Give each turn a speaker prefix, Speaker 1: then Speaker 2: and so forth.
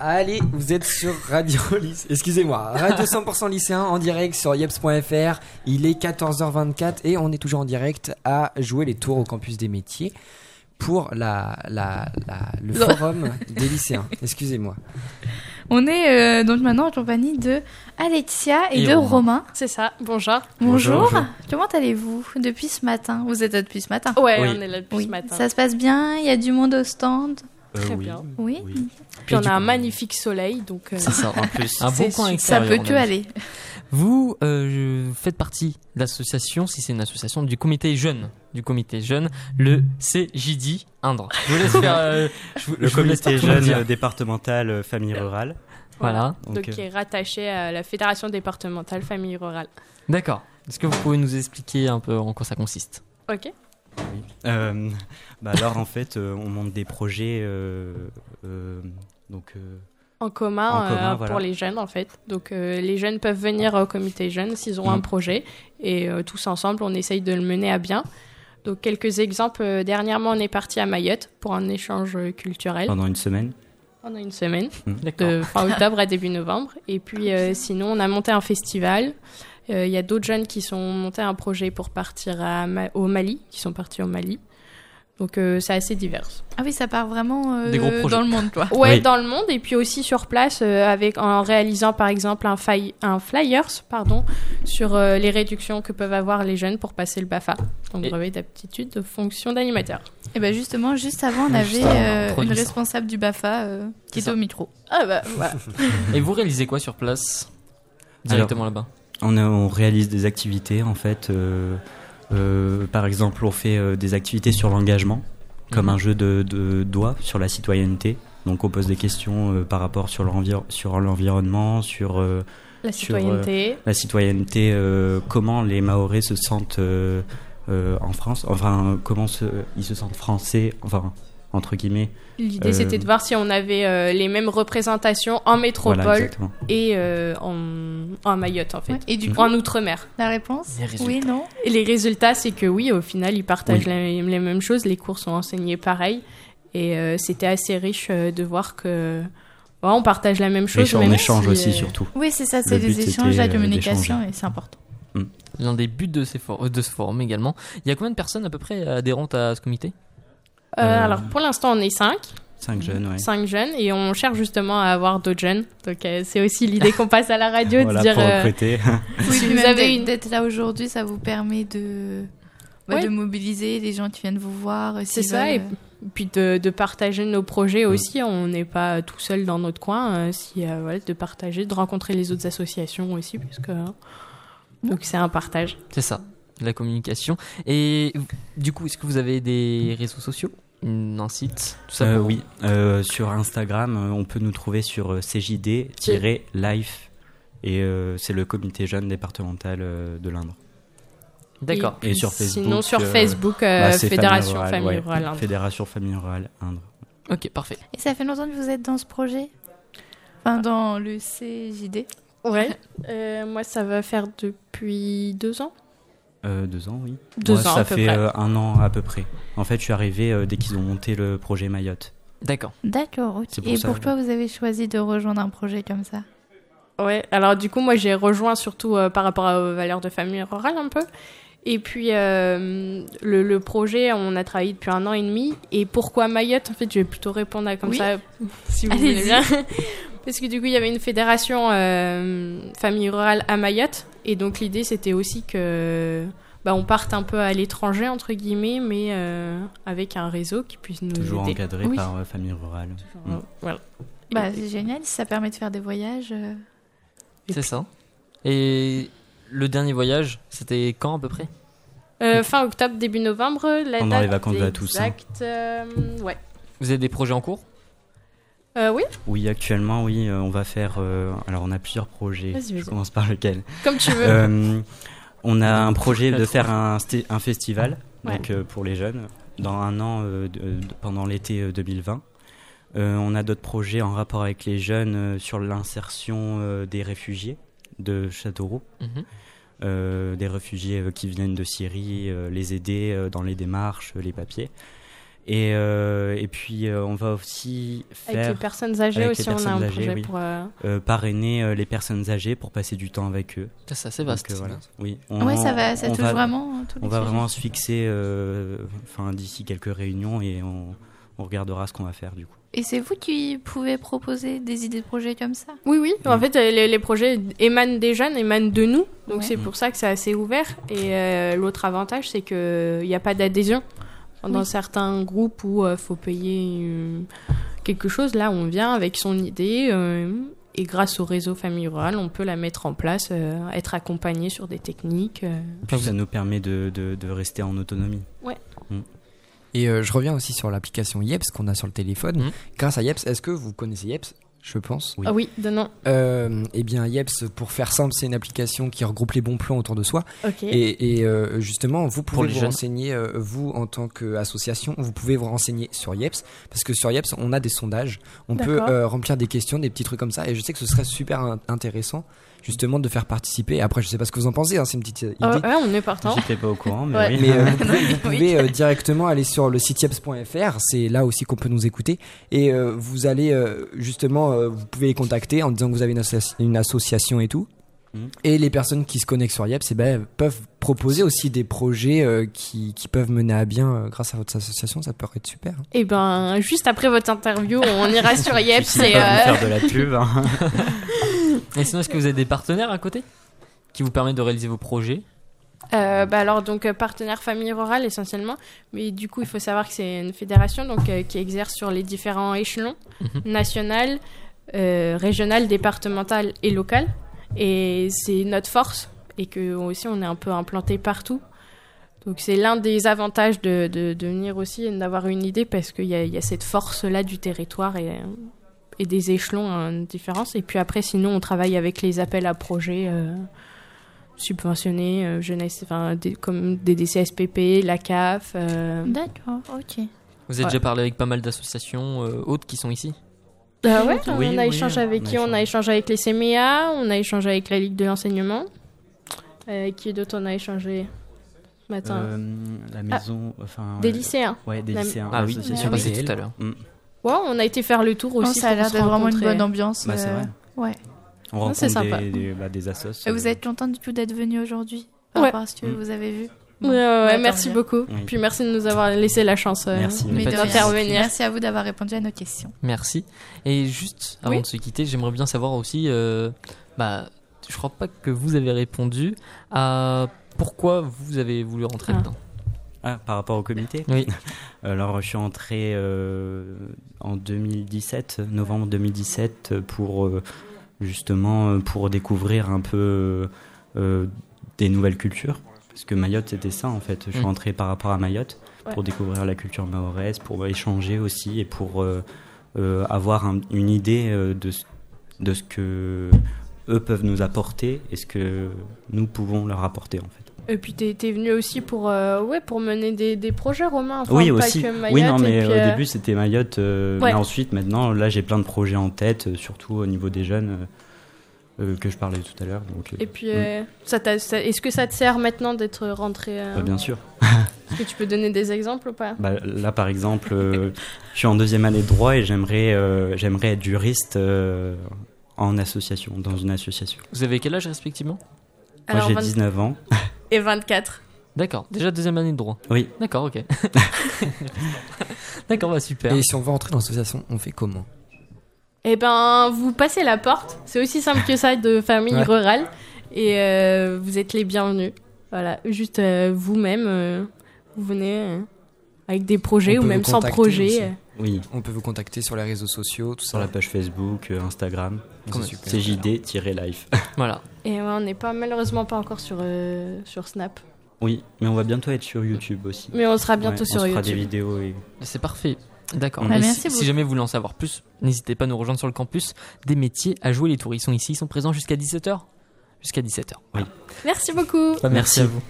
Speaker 1: Allez, vous êtes sur Radio Lycée. Excusez-moi, Radio 100% lycéen en direct sur yeps.fr. Il est 14h24 et on est toujours en direct à jouer les tours au campus des métiers pour la, la, la- le
Speaker 2: Non.
Speaker 1: forum des lycéens. Excusez-moi.
Speaker 2: On est euh, donc maintenant en compagnie de Alexia et,
Speaker 1: Et
Speaker 2: de
Speaker 1: Romain.
Speaker 2: Romain.
Speaker 3: C'est ça, bonjour.
Speaker 2: Bonjour.
Speaker 1: Bonjour.
Speaker 2: Comment allez-vous depuis ce matin Vous êtes là depuis ce matin
Speaker 3: Ouais,
Speaker 1: Oui.
Speaker 3: on est là depuis ce matin.
Speaker 2: Ça se passe bien Il y a du monde au stand
Speaker 3: Très bien.
Speaker 2: Oui.
Speaker 3: Puis
Speaker 1: Et
Speaker 3: on
Speaker 1: du
Speaker 3: a un
Speaker 1: coup-
Speaker 3: magnifique soleil, donc euh,
Speaker 4: C'est ça, en plus. Un
Speaker 3: C'est
Speaker 4: bon coin
Speaker 3: super.
Speaker 2: Ça
Speaker 4: extérieur.
Speaker 2: peut
Speaker 4: on
Speaker 2: que
Speaker 4: a dit.
Speaker 2: aller.
Speaker 4: Vous euh, je- faites partie de l'association, si c'est une association, du comité jeune. Du comité jeune, le CJD Indre. Je vous laisse faire. euh, je vous-
Speaker 5: Le
Speaker 4: je vous laisse
Speaker 5: comité
Speaker 4: tout
Speaker 5: jeune
Speaker 4: dire.
Speaker 5: euh, départemental euh, famille rurale.
Speaker 4: Voilà.
Speaker 5: Donc,
Speaker 3: donc,
Speaker 5: euh,
Speaker 3: qui est rattaché à la Fédération départementale famille rurale.
Speaker 4: D'accord. Est-ce que vous pouvez nous expliquer un peu en quoi ça consiste
Speaker 3: Ok.
Speaker 5: euh, bah alors en fait, euh, on monte des projets euh, euh, donc euh,
Speaker 3: En commun,
Speaker 5: En commun,
Speaker 3: euh,
Speaker 5: voilà.
Speaker 3: pour les jeunes, en fait. Donc euh, les jeunes peuvent venir au comité jeunes s'ils ont
Speaker 5: Mhm.
Speaker 3: un projet et euh, tous ensemble, on essaye de le mener à bien. Donc quelques exemples. euh, Dernièrement, on est parti à Mayotte pour un échange euh, culturel
Speaker 5: pendant une semaine.
Speaker 3: pendant une semaine.
Speaker 4: D'accord.
Speaker 3: de fin octobre à début novembre. Et puis euh, sinon, on a monté un festival. Euh, Il y a d'autres jeunes qui sont montés un projet pour partir à Ma- au Mali, qui sont partis au Mali. Donc euh, c'est assez divers.
Speaker 2: Ah oui, ça part vraiment euh,
Speaker 4: Des gros projets.
Speaker 2: dans le monde, quoi.
Speaker 3: Ouais,
Speaker 5: Oui.
Speaker 3: dans le monde et puis aussi sur place euh, avec en réalisant par exemple un, faille- un flyers pardon sur euh, les réductions que peuvent avoir les jeunes pour passer le Bafa, donc
Speaker 4: Et-
Speaker 3: brevet d'aptitude de fonction d'animateur.
Speaker 2: Et ben justement, juste avant, on
Speaker 4: Ouais,
Speaker 2: avait
Speaker 4: juste avant,
Speaker 2: euh, une
Speaker 4: introduisant.
Speaker 2: responsable du Bafa euh, qui
Speaker 4: C'est
Speaker 2: était
Speaker 4: ça.
Speaker 2: au micro.
Speaker 3: Ah bah voilà.
Speaker 4: Euh, Et vous réalisez quoi sur place
Speaker 5: Alors-
Speaker 4: Directement là-bas.
Speaker 5: On, a- on réalise des activités en fait. euh, euh, par exemple, on fait euh, des activités sur l'engagement, comme
Speaker 4: Mhm.
Speaker 5: un jeu de, de doigts sur la citoyenneté. Donc on pose des questions euh, par rapport sur l'envir- sur l'environnement, sur euh,
Speaker 3: la
Speaker 5: Sur, euh,
Speaker 3: citoyenneté.
Speaker 5: la citoyenneté, euh, comment les Maoris se sentent euh, euh, en France, enfin euh, comment se- ils se sentent français, enfin entre guillemets.
Speaker 3: L'idée
Speaker 5: euh,
Speaker 3: c'était de voir si on avait euh, les mêmes représentations en métropole
Speaker 5: Voilà, exactement.
Speaker 3: et euh, en, en Mayotte en fait,
Speaker 2: Ouais. Et du coup,
Speaker 3: en outre-mer.
Speaker 2: la réponse
Speaker 4: Les résultats.
Speaker 2: Oui, non
Speaker 3: Et les résultats, c'est que oui, au final, ils partagent
Speaker 5: Oui.
Speaker 3: la- les, mêmes choses, les cours sont enseignés pareil, et euh, c'était assez riche euh, de voir que ouais, on partage la même chose.
Speaker 5: Écha-
Speaker 3: même
Speaker 5: on échange
Speaker 3: si,
Speaker 5: aussi
Speaker 3: euh,
Speaker 5: surtout.
Speaker 2: Oui, c'est ça, c'est
Speaker 5: Le but,
Speaker 2: les échanges, la
Speaker 5: c'était, euh,
Speaker 2: communication,
Speaker 5: d'échanger.
Speaker 2: et c'est important.
Speaker 4: L'un des buts de, ces for- euh, de ce forum également. Il y a combien de personnes à peu près adhérentes à ce comité
Speaker 3: euh,
Speaker 5: Euh,
Speaker 3: Alors pour l'instant, on est cinq,
Speaker 5: Cinq jeunes, ouais.
Speaker 3: cinq jeunes, et on cherche justement à avoir d'autres jeunes. Donc euh, c'est aussi l'idée qu'on passe à la radio
Speaker 5: Voilà,
Speaker 3: de dire.
Speaker 5: pour
Speaker 3: euh,
Speaker 5: recruter.
Speaker 2: Oui,
Speaker 3: Si
Speaker 2: puis
Speaker 3: vous
Speaker 2: même
Speaker 3: avez
Speaker 2: d'être-
Speaker 3: une-
Speaker 2: d'être là aujourd'hui, ça vous permet de, bah,
Speaker 3: Ouais.
Speaker 2: de mobiliser les gens qui viennent vous voir. euh,
Speaker 3: C'est
Speaker 2: s'ils
Speaker 3: ça,
Speaker 2: veulent,
Speaker 3: et puis de, de partager nos
Speaker 5: Mm.
Speaker 3: projets aussi. On n'est pas tout seul dans notre coin. euh, si, euh, voilà, de partager, de rencontrer les autres associations aussi, puisque euh, donc c'est un partage.
Speaker 4: C'est ça, la communication. Et du coup, est-ce que vous avez des réseaux sociaux Une- Un site Tout ça
Speaker 5: Euh,
Speaker 4: pour-
Speaker 5: oui, euh, sur Instagram, euh, on peut nous trouver sur euh, CJD-Life. Et euh, c'est le comité jeune départemental euh, de l'Indre.
Speaker 4: D'accord.
Speaker 5: Et sur Facebook.
Speaker 3: Sinon, sur
Speaker 5: euh,
Speaker 3: Facebook, euh,
Speaker 5: bah, c'est
Speaker 3: Fédération Famille,
Speaker 5: ouais.
Speaker 3: Rurale. hein. Indre.
Speaker 5: Fédération Famille Rurale Indre.
Speaker 4: Ok, parfait.
Speaker 2: euh, Et ça fait longtemps que vous êtes dans ce projet Enfin, dans le CJD
Speaker 3: Ouais. Euh, moi, ça va faire depuis deux ans.
Speaker 5: Euh, deux ans, oui.
Speaker 3: Deux
Speaker 5: Moi,
Speaker 3: ans,
Speaker 5: ça
Speaker 3: à peu
Speaker 5: fait
Speaker 3: près.
Speaker 5: euh, un an à peu près. En fait, je suis arrivé euh, dès qu'ils ont monté le projet Mayotte.
Speaker 4: D'accord.
Speaker 2: D'accord, ok.
Speaker 5: C'est pour
Speaker 2: Et
Speaker 5: ça,
Speaker 2: pourquoi vous avez choisi de rejoindre un projet comme ça
Speaker 3: Ouais. Alors, du coup, moi, j'ai rejoint surtout euh, par rapport aux valeurs de famille rurale un peu. Et puis, euh, le, le projet, on a travaillé depuis un an et demi. Et pourquoi Mayotte En fait, je vais plutôt répondre à comme
Speaker 2: Oui.
Speaker 3: ça, si vous
Speaker 2: Allez-y.
Speaker 3: voulez bien. Parce que du coup, il y avait une fédération euh, famille rurale à Mayotte. Et donc, l'idée, c'était aussi que bah, on parte un peu à l'étranger, entre guillemets, mais euh, avec un réseau qui puisse nous
Speaker 5: Toujours
Speaker 3: aider. euh,
Speaker 5: encadré
Speaker 2: Oui.
Speaker 5: par euh, Famille Rurale. Mm.
Speaker 3: Voilà.
Speaker 2: bah, C'est génial, ça permet de faire des voyages. euh.
Speaker 4: C'est ça. Et le dernier voyage, c'était quand à peu près
Speaker 3: Euh, fin octobre, début novembre, la
Speaker 5: Pendant
Speaker 3: date
Speaker 5: les vacances de la Toussaint.
Speaker 3: exacte, euh, ouais.
Speaker 4: Vous avez des projets en cours
Speaker 3: Euh, oui,
Speaker 5: Oui, actuellement, oui, euh, on va faire. euh, alors, on a plusieurs projets.
Speaker 3: Vas-y, vas-y.
Speaker 5: Je commence par lequel
Speaker 3: comme tu veux.
Speaker 5: Euh, On a un projet
Speaker 4: La
Speaker 5: de
Speaker 4: trousse.
Speaker 5: faire un, sté- un festival
Speaker 3: Ouais.
Speaker 5: donc, euh, pour les jeunes dans un an euh, de- de- pendant l'été euh, 2020. Euh, on a d'autres projets en rapport avec les jeunes euh, sur l'insertion euh, des réfugiés de Châteauroux.
Speaker 4: Mhm.
Speaker 5: euh, des réfugiés euh, qui viennent de Syrie, euh, les aider euh, dans les démarches, euh, les papiers. Et, euh, et puis, euh, on va aussi
Speaker 3: Avec les
Speaker 5: faire
Speaker 3: personnes âgées
Speaker 5: avec les
Speaker 3: aussi, on a un
Speaker 5: personnes âgées,
Speaker 3: projet
Speaker 5: oui.
Speaker 3: pour. euh,
Speaker 5: euh, parrainer euh, les personnes âgées pour passer du temps avec eux.
Speaker 4: Ça, c'est assez
Speaker 5: Donc,
Speaker 4: vaste.
Speaker 5: euh, voilà. Oui, on,
Speaker 2: Ouais, ça va, ça
Speaker 5: on
Speaker 2: touche
Speaker 5: va-
Speaker 2: vraiment euh, tous les
Speaker 5: On va
Speaker 2: sujets.
Speaker 5: vraiment se fixer euh, enfin, d'ici quelques réunions et on, on regardera ce qu'on va faire du coup.
Speaker 2: Et c'est vous qui pouvez proposer des idées de projets comme ça
Speaker 3: Oui, oui. En
Speaker 5: Mm.
Speaker 3: fait, euh, les, les projets émanent des jeunes, émanent de nous. Donc,
Speaker 2: Ouais.
Speaker 3: c'est pour ça que c'est assez ouvert. Et euh, l'autre avantage, c'est qu'il n'y a pas d'adhésion. Dans
Speaker 2: Oui.
Speaker 3: certains groupes où il faut payer euh, quelque chose, là, on vient avec son idée. euh, et grâce au réseau famille rurale, on peut la mettre en place, euh, être accompagné sur des techniques. euh.
Speaker 5: Puis ça nous permet de, de- de rester en autonomie.
Speaker 1: Et euh, je reviens aussi sur l'application Yeps qu'on a sur le téléphone.
Speaker 4: Mhm.
Speaker 1: Grâce à Yeps, est-ce que vous connaissez Yeps Je pense.
Speaker 5: Oui.
Speaker 3: Ah oui, de non.
Speaker 1: Euh, eh bien, Yeps, pour faire simple, c'est une application qui regroupe les bons plans autour de soi.
Speaker 3: Ok.
Speaker 1: Et, et, euh, justement, vous
Speaker 4: Pour
Speaker 1: pouvez
Speaker 4: les
Speaker 1: vous
Speaker 4: jeunes.
Speaker 1: renseigner, euh, vous en tant qu'association, vous pouvez vous renseigner sur Yeps, parce que sur Yeps, on a des sondages, on peut
Speaker 2: D'accord.
Speaker 1: euh, remplir des questions, des petits trucs comme ça, et je sais que ce serait super in- intéressant justement de faire participer. Après, je sais pas ce que vous en pensez, hein, c'est une petite euh, idée.
Speaker 3: Ah ouais, on est partant.
Speaker 5: J'étais pas au courant, mais
Speaker 3: Ouais.
Speaker 5: oui.
Speaker 1: Mais euh, vous pouvez, vous
Speaker 2: Oui.
Speaker 1: pouvez, euh, directement aller sur le site yeps.fr, c'est là aussi qu'on peut nous écouter. Et euh, vous allez euh, justement, euh, vous pouvez les contacter en disant que vous avez une, associ- une association et tout.
Speaker 4: Mmh.
Speaker 5: Mhm.
Speaker 1: Et les personnes qui se connectent sur Yeps eh ben, peuvent proposer aussi des projets euh, qui, qui peuvent mener à bien euh, grâce à votre association, ça peut être super. hein.
Speaker 3: Et ben, juste après votre interview, on ira sur
Speaker 5: Puis
Speaker 3: Yeps.
Speaker 5: s'ils
Speaker 3: et,
Speaker 5: peuvent
Speaker 3: euh,
Speaker 5: nous faire de la pub. hein.
Speaker 4: Et sinon, est-ce que vous avez des partenaires à côté qui vous permettent de réaliser vos projets
Speaker 3: Euh, bah alors donc euh, partenaire famille rurale essentiellement, mais du coup il faut savoir que c'est une fédération donc euh, qui exerce sur les différents échelons
Speaker 4: Mhm.
Speaker 3: national, euh, régional, départemental et local. Et c'est notre force et que aussi on est un peu implanté partout. Donc c'est l'un des avantages de, de, de venir aussi et d'avoir une idée parce qu'il y a, il y a cette force là du territoire et, euh, et des échelons hein, de différence. Et puis après sinon on travaille avec les appels à projets. euh, subventionnés, euh, jeunesse, enfin, des- comme des DCSPP, la CAF. euh.
Speaker 2: D'accord, ok.
Speaker 4: Vous avez
Speaker 3: Ouais.
Speaker 4: déjà parlé avec pas mal d'associations euh, autres qui sont ici
Speaker 3: Ah ouais,
Speaker 4: Oui,
Speaker 3: on a
Speaker 4: oui,
Speaker 3: échangé avec
Speaker 5: on a
Speaker 3: qui On a échangé avec les CMEA, on a échangé avec la Ligue de l'enseignement. Euh, qui d'autre on a échangé ce matin
Speaker 5: Euh, la maison, enfin.
Speaker 3: Des
Speaker 5: euh,
Speaker 3: lycéens.
Speaker 5: Ouais, des
Speaker 3: La-
Speaker 5: lycéens.
Speaker 4: Ah oui, ils
Speaker 5: l'association
Speaker 4: sont
Speaker 2: Ouais.
Speaker 4: passés
Speaker 1: Oui.
Speaker 4: tout à l'heure.
Speaker 3: Ouais, on a été faire le tour
Speaker 2: Oh,
Speaker 3: aussi.
Speaker 2: ça a
Speaker 3: pour
Speaker 2: l'air
Speaker 3: se
Speaker 2: d'être vraiment une
Speaker 3: rencontrer.
Speaker 2: bonne ambiance.
Speaker 5: Bah, c'est
Speaker 2: euh,
Speaker 5: vrai.
Speaker 2: ouais.
Speaker 5: On
Speaker 3: Non, c'est
Speaker 5: rencontre
Speaker 3: sympa.
Speaker 5: des, des, bah, des assos.
Speaker 2: Et vous
Speaker 5: euh,
Speaker 2: êtes content du coup d'être venu aujourd'hui par
Speaker 3: Ouais.
Speaker 2: rapport à ce que
Speaker 5: Mm.
Speaker 2: vous avez vu
Speaker 3: Ouais, ouais, ouais,
Speaker 2: Bah, tant
Speaker 3: merci
Speaker 2: mieux.
Speaker 3: beaucoup.
Speaker 5: Oui.
Speaker 3: Puis merci de nous avoir laissé la chance. euh,
Speaker 5: Merci.
Speaker 4: Mais
Speaker 2: Mais
Speaker 4: pas
Speaker 2: de
Speaker 4: de
Speaker 2: rien.
Speaker 3: d'intervenir.
Speaker 2: Merci à vous d'avoir répondu à nos questions.
Speaker 4: Merci. Et juste avant
Speaker 3: Oui.
Speaker 4: de se quitter, j'aimerais bien savoir aussi, euh, bah, je crois pas que vous avez répondu à pourquoi vous avez voulu rentrer
Speaker 3: Ah.
Speaker 4: dedans.
Speaker 5: Ah, par rapport au comité
Speaker 4: Oui.
Speaker 5: Alors, je suis entré euh, en 2017, novembre 2017, pour euh, justement euh, pour découvrir un peu euh, des nouvelles cultures. Parce que Mayotte, c'était ça en fait. Je suis
Speaker 4: Mm.
Speaker 5: entré par rapport à Mayotte pour
Speaker 3: Ouais.
Speaker 5: découvrir la culture mahoraise, pour échanger aussi et pour euh, euh, avoir un- une idée euh, de, ce- de ce que eux peuvent nous apporter et ce que nous pouvons leur apporter en fait.
Speaker 3: Et puis t'es t'es venu aussi pour, euh, ouais, pour mener des, des projets romains. Enfin,
Speaker 5: oui,
Speaker 3: pas
Speaker 5: aussi.
Speaker 3: que Mayotte,
Speaker 5: oui, non, mais
Speaker 3: et puis,
Speaker 5: au
Speaker 3: euh,
Speaker 5: début, c'était Mayotte. euh,
Speaker 3: Ouais.
Speaker 5: Mais ensuite, maintenant, là, j'ai plein de projets en tête, euh, surtout au niveau des jeunes euh, euh, que je parlais tout à l'heure. Donc, euh,
Speaker 3: Et puis, euh, ça t'a- ça- est-ce que ça te sert maintenant d'être rentré euh,
Speaker 5: bah, bien sûr.
Speaker 3: Est-ce que tu peux donner des exemples ou pas
Speaker 5: Bah, là, par exemple, euh, je suis en deuxième année de droit et j'aimerais, euh, j'aimerais être juriste euh, en association, dans une association.
Speaker 4: Vous avez quel âge respectivement
Speaker 5: Moi, j'ai
Speaker 3: vingt-
Speaker 5: 19 ans.
Speaker 3: et 24.
Speaker 4: D'accord, déjà deuxième année de droit.
Speaker 5: Oui.
Speaker 4: D'accord, ok. D'accord, bah super.
Speaker 1: Et si on veut rentrer dans l'association, on fait comment
Speaker 3: Eh ben, vous passez la porte. C'est aussi simple que ça de famille
Speaker 1: Ouais.
Speaker 3: rurale. Et euh, vous êtes les bienvenus. Voilà, juste euh, vous-même, euh, vous venez euh, avec des projets
Speaker 1: On
Speaker 3: ou
Speaker 1: peut
Speaker 3: même
Speaker 1: vous
Speaker 3: sans
Speaker 1: contacter
Speaker 3: projet.
Speaker 1: aussi.
Speaker 3: euh.
Speaker 5: Oui,
Speaker 1: On peut vous contacter sur les réseaux sociaux, tout
Speaker 5: sur
Speaker 1: ça.
Speaker 5: la page Facebook, euh, Instagram.
Speaker 1: Ah, C'est
Speaker 4: Comment-
Speaker 1: super.
Speaker 5: CJD-life.
Speaker 4: Voilà.
Speaker 3: Et ouais, on n'est pas malheureusement pas encore sur, euh, sur Snap.
Speaker 5: Oui, mais on va bientôt être sur YouTube aussi.
Speaker 3: Mais on sera
Speaker 5: Ouais,
Speaker 3: bientôt
Speaker 5: on
Speaker 3: sur
Speaker 5: se fera des
Speaker 3: YouTube.
Speaker 5: vidéos et
Speaker 4: C'est parfait. D'accord.
Speaker 5: Bah,
Speaker 4: Et
Speaker 2: merci
Speaker 4: si,
Speaker 2: beaucoup.
Speaker 4: si jamais vous voulez en savoir plus, n'hésitez pas à nous rejoindre sur le campus des métiers à jouer les tours. Ils sont ici, ils sont présents jusqu'à 17h. Jusqu'à 17h.
Speaker 3: Merci beaucoup.
Speaker 4: Merci à vous.